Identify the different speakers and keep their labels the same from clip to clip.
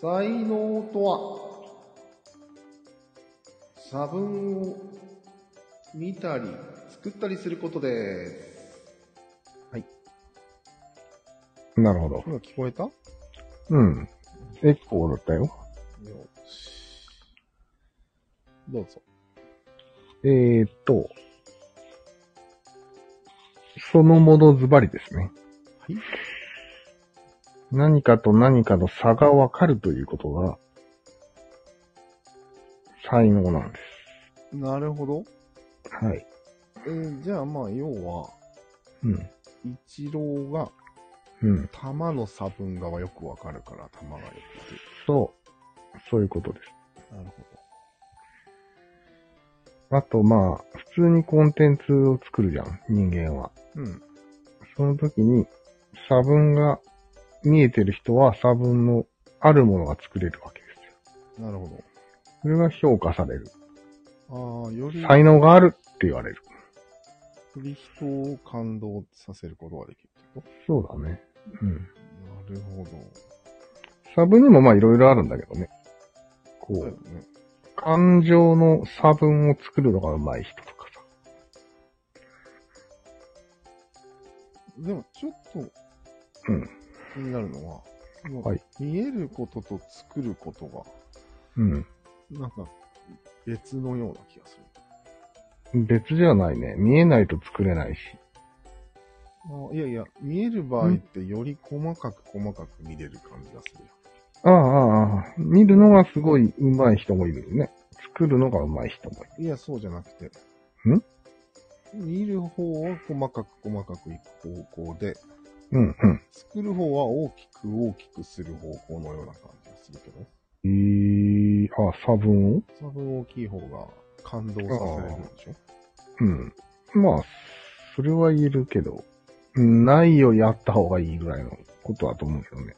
Speaker 1: 才能とは、差分を見たり、作ったりすることです。
Speaker 2: なるほど。
Speaker 1: 今聞こえたよ
Speaker 2: うん。結構だったよ。
Speaker 1: し。どうぞ。
Speaker 2: えー、っと、そのものズバリですね。
Speaker 1: はい。
Speaker 2: 何かと何かの差がわかるということが、才能なんで
Speaker 1: なるほど。
Speaker 2: す。はい。
Speaker 1: えーじゃあまあ、要は、
Speaker 2: うん。
Speaker 1: イチローが、
Speaker 2: うん。
Speaker 1: 球の差分がよくわかるから、球がよく
Speaker 2: そう。そういうことです。
Speaker 1: 出る。なるほ
Speaker 2: あと、まあ、普通にコンテンツを作るじゃん、人間は。
Speaker 1: ど。うん。
Speaker 2: その時に、差分が見えてる人は差分のあるものが作れるわけですよ。
Speaker 1: なるほ
Speaker 2: それが評価される。
Speaker 1: ど。ああ、より、
Speaker 2: 才能があるって言われる。
Speaker 1: より人を感動させることができるってこ
Speaker 2: そうだね。うん。
Speaker 1: となるほど。
Speaker 2: 差分にもまあいろいろあるんだけどね。こ
Speaker 1: そうだよ
Speaker 2: う、
Speaker 1: ね。
Speaker 2: 感情の差分を作るのが上手い人とかさ。
Speaker 1: でも、ちょっと、
Speaker 2: うん
Speaker 1: 気になるのは、もう
Speaker 2: はい
Speaker 1: 見えることと作ることが、
Speaker 2: うん。
Speaker 1: なんか、別のような気がする。
Speaker 2: 別じゃないね。見えないと作れないし。
Speaker 1: あいやいや、見える場合ってより細かく細かく見れる感じがするよ。
Speaker 2: ああ、ああ、見るのがすごい上手い人もいるよね。作るのが上手い人もいる。
Speaker 1: いや、そうじゃなくて。
Speaker 2: ん
Speaker 1: 見る方は細かく細かくいく方向で、
Speaker 2: うん、うん。
Speaker 1: 作る方は大きく大きくする方向のような感じがするけど、
Speaker 2: えー、あ、差分を
Speaker 1: 多分大きい方が感動させれるんでしょ
Speaker 2: うん。まあ、それは言えるけど、うんないをやった方がいいぐらいのことだと思うけどね。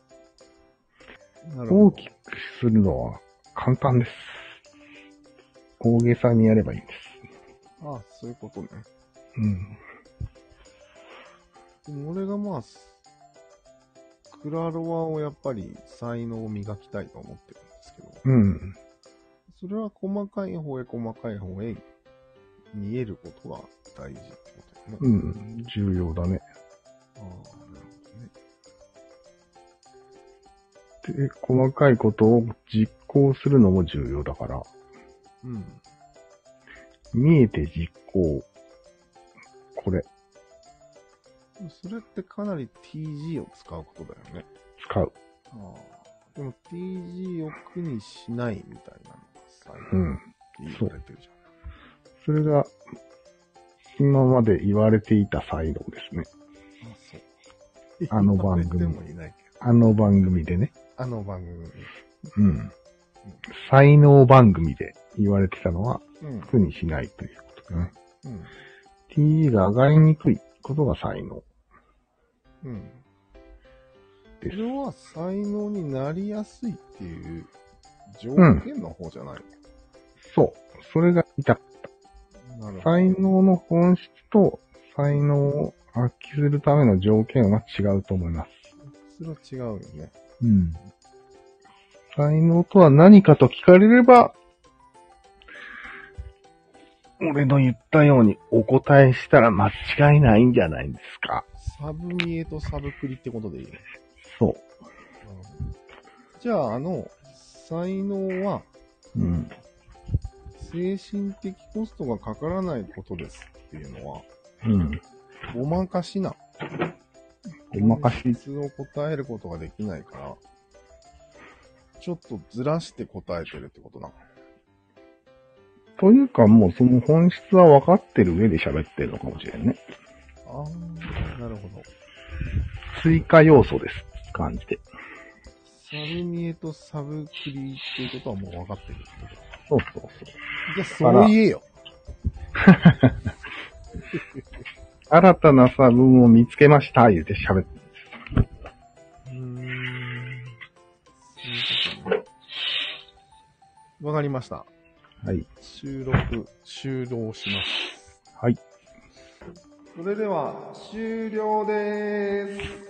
Speaker 1: なるほど。
Speaker 2: 大きくするのは簡単です。大げさにやればいいんで
Speaker 1: ああ、そういうことね。
Speaker 2: す。うん。
Speaker 1: でも俺がまあ、クラロワをやっぱり才能を磨きたいと思ってるんですけど、
Speaker 2: うん。
Speaker 1: それは細かい方へ細かい方へ見えることが大事ってことだよね。
Speaker 2: うん。重要だね。
Speaker 1: ああ、なるほどね。
Speaker 2: で、細かいことを実行するのも重要だから、
Speaker 1: うん。
Speaker 2: 見えて実行。これ、
Speaker 1: それってかなり TG を使うことだよね。
Speaker 2: 使う。
Speaker 1: ああ。でも TG を苦にしないみたいなのが最後っ
Speaker 2: うん
Speaker 1: て。言われてるじゃ
Speaker 2: それが、今まで言われていた才能ですね。
Speaker 1: ん。あそう。
Speaker 2: あの番 組
Speaker 1: 言われてもいないけど。
Speaker 2: あの番組でね。
Speaker 1: あの番組。
Speaker 2: うん。才能番組で言われてたのは、
Speaker 1: うん。
Speaker 2: 苦にしないということだね。
Speaker 1: うん。
Speaker 2: TE が上がりにくいことが才能。
Speaker 1: うん。
Speaker 2: で
Speaker 1: それは才能になりやすいっていう条件の方じゃない、
Speaker 2: そう。それがいた。
Speaker 1: なるほど。
Speaker 2: 才能の本質と才能を発揮するための条件は違うと思います。
Speaker 1: それは違うよね。
Speaker 2: うん。才能とは何かと聞かれれば、俺の言ったようにお答えしたら間違いないんじゃないですか。
Speaker 1: サブ見えとサブクリってことでいいね。
Speaker 2: そ
Speaker 1: なるほどじゃあ、あの、才能は
Speaker 2: う。うん。
Speaker 1: 精神的コストがかからないことですっていうのは、
Speaker 2: うん。
Speaker 1: ごまかしな。
Speaker 2: ごまかし
Speaker 1: 本質を答えることができないから、ちょっとずらして答えてるってことなの。
Speaker 2: というかもうその本質は分かってる上で喋ってるのかもしれんね。
Speaker 1: あー、なるほど。
Speaker 2: 追加要素です。感じで。
Speaker 1: サブミエとサブクリっていうことはもう分かってるってことだ。
Speaker 2: そうそうそう。
Speaker 1: じゃあ、そう言えよ。
Speaker 2: 新たな差分を見つけました、言うて喋って。
Speaker 1: うーん。そういうことねわかりました。
Speaker 2: はい。
Speaker 1: 収録、終了します。
Speaker 2: はい。
Speaker 1: それでは、終了でーす。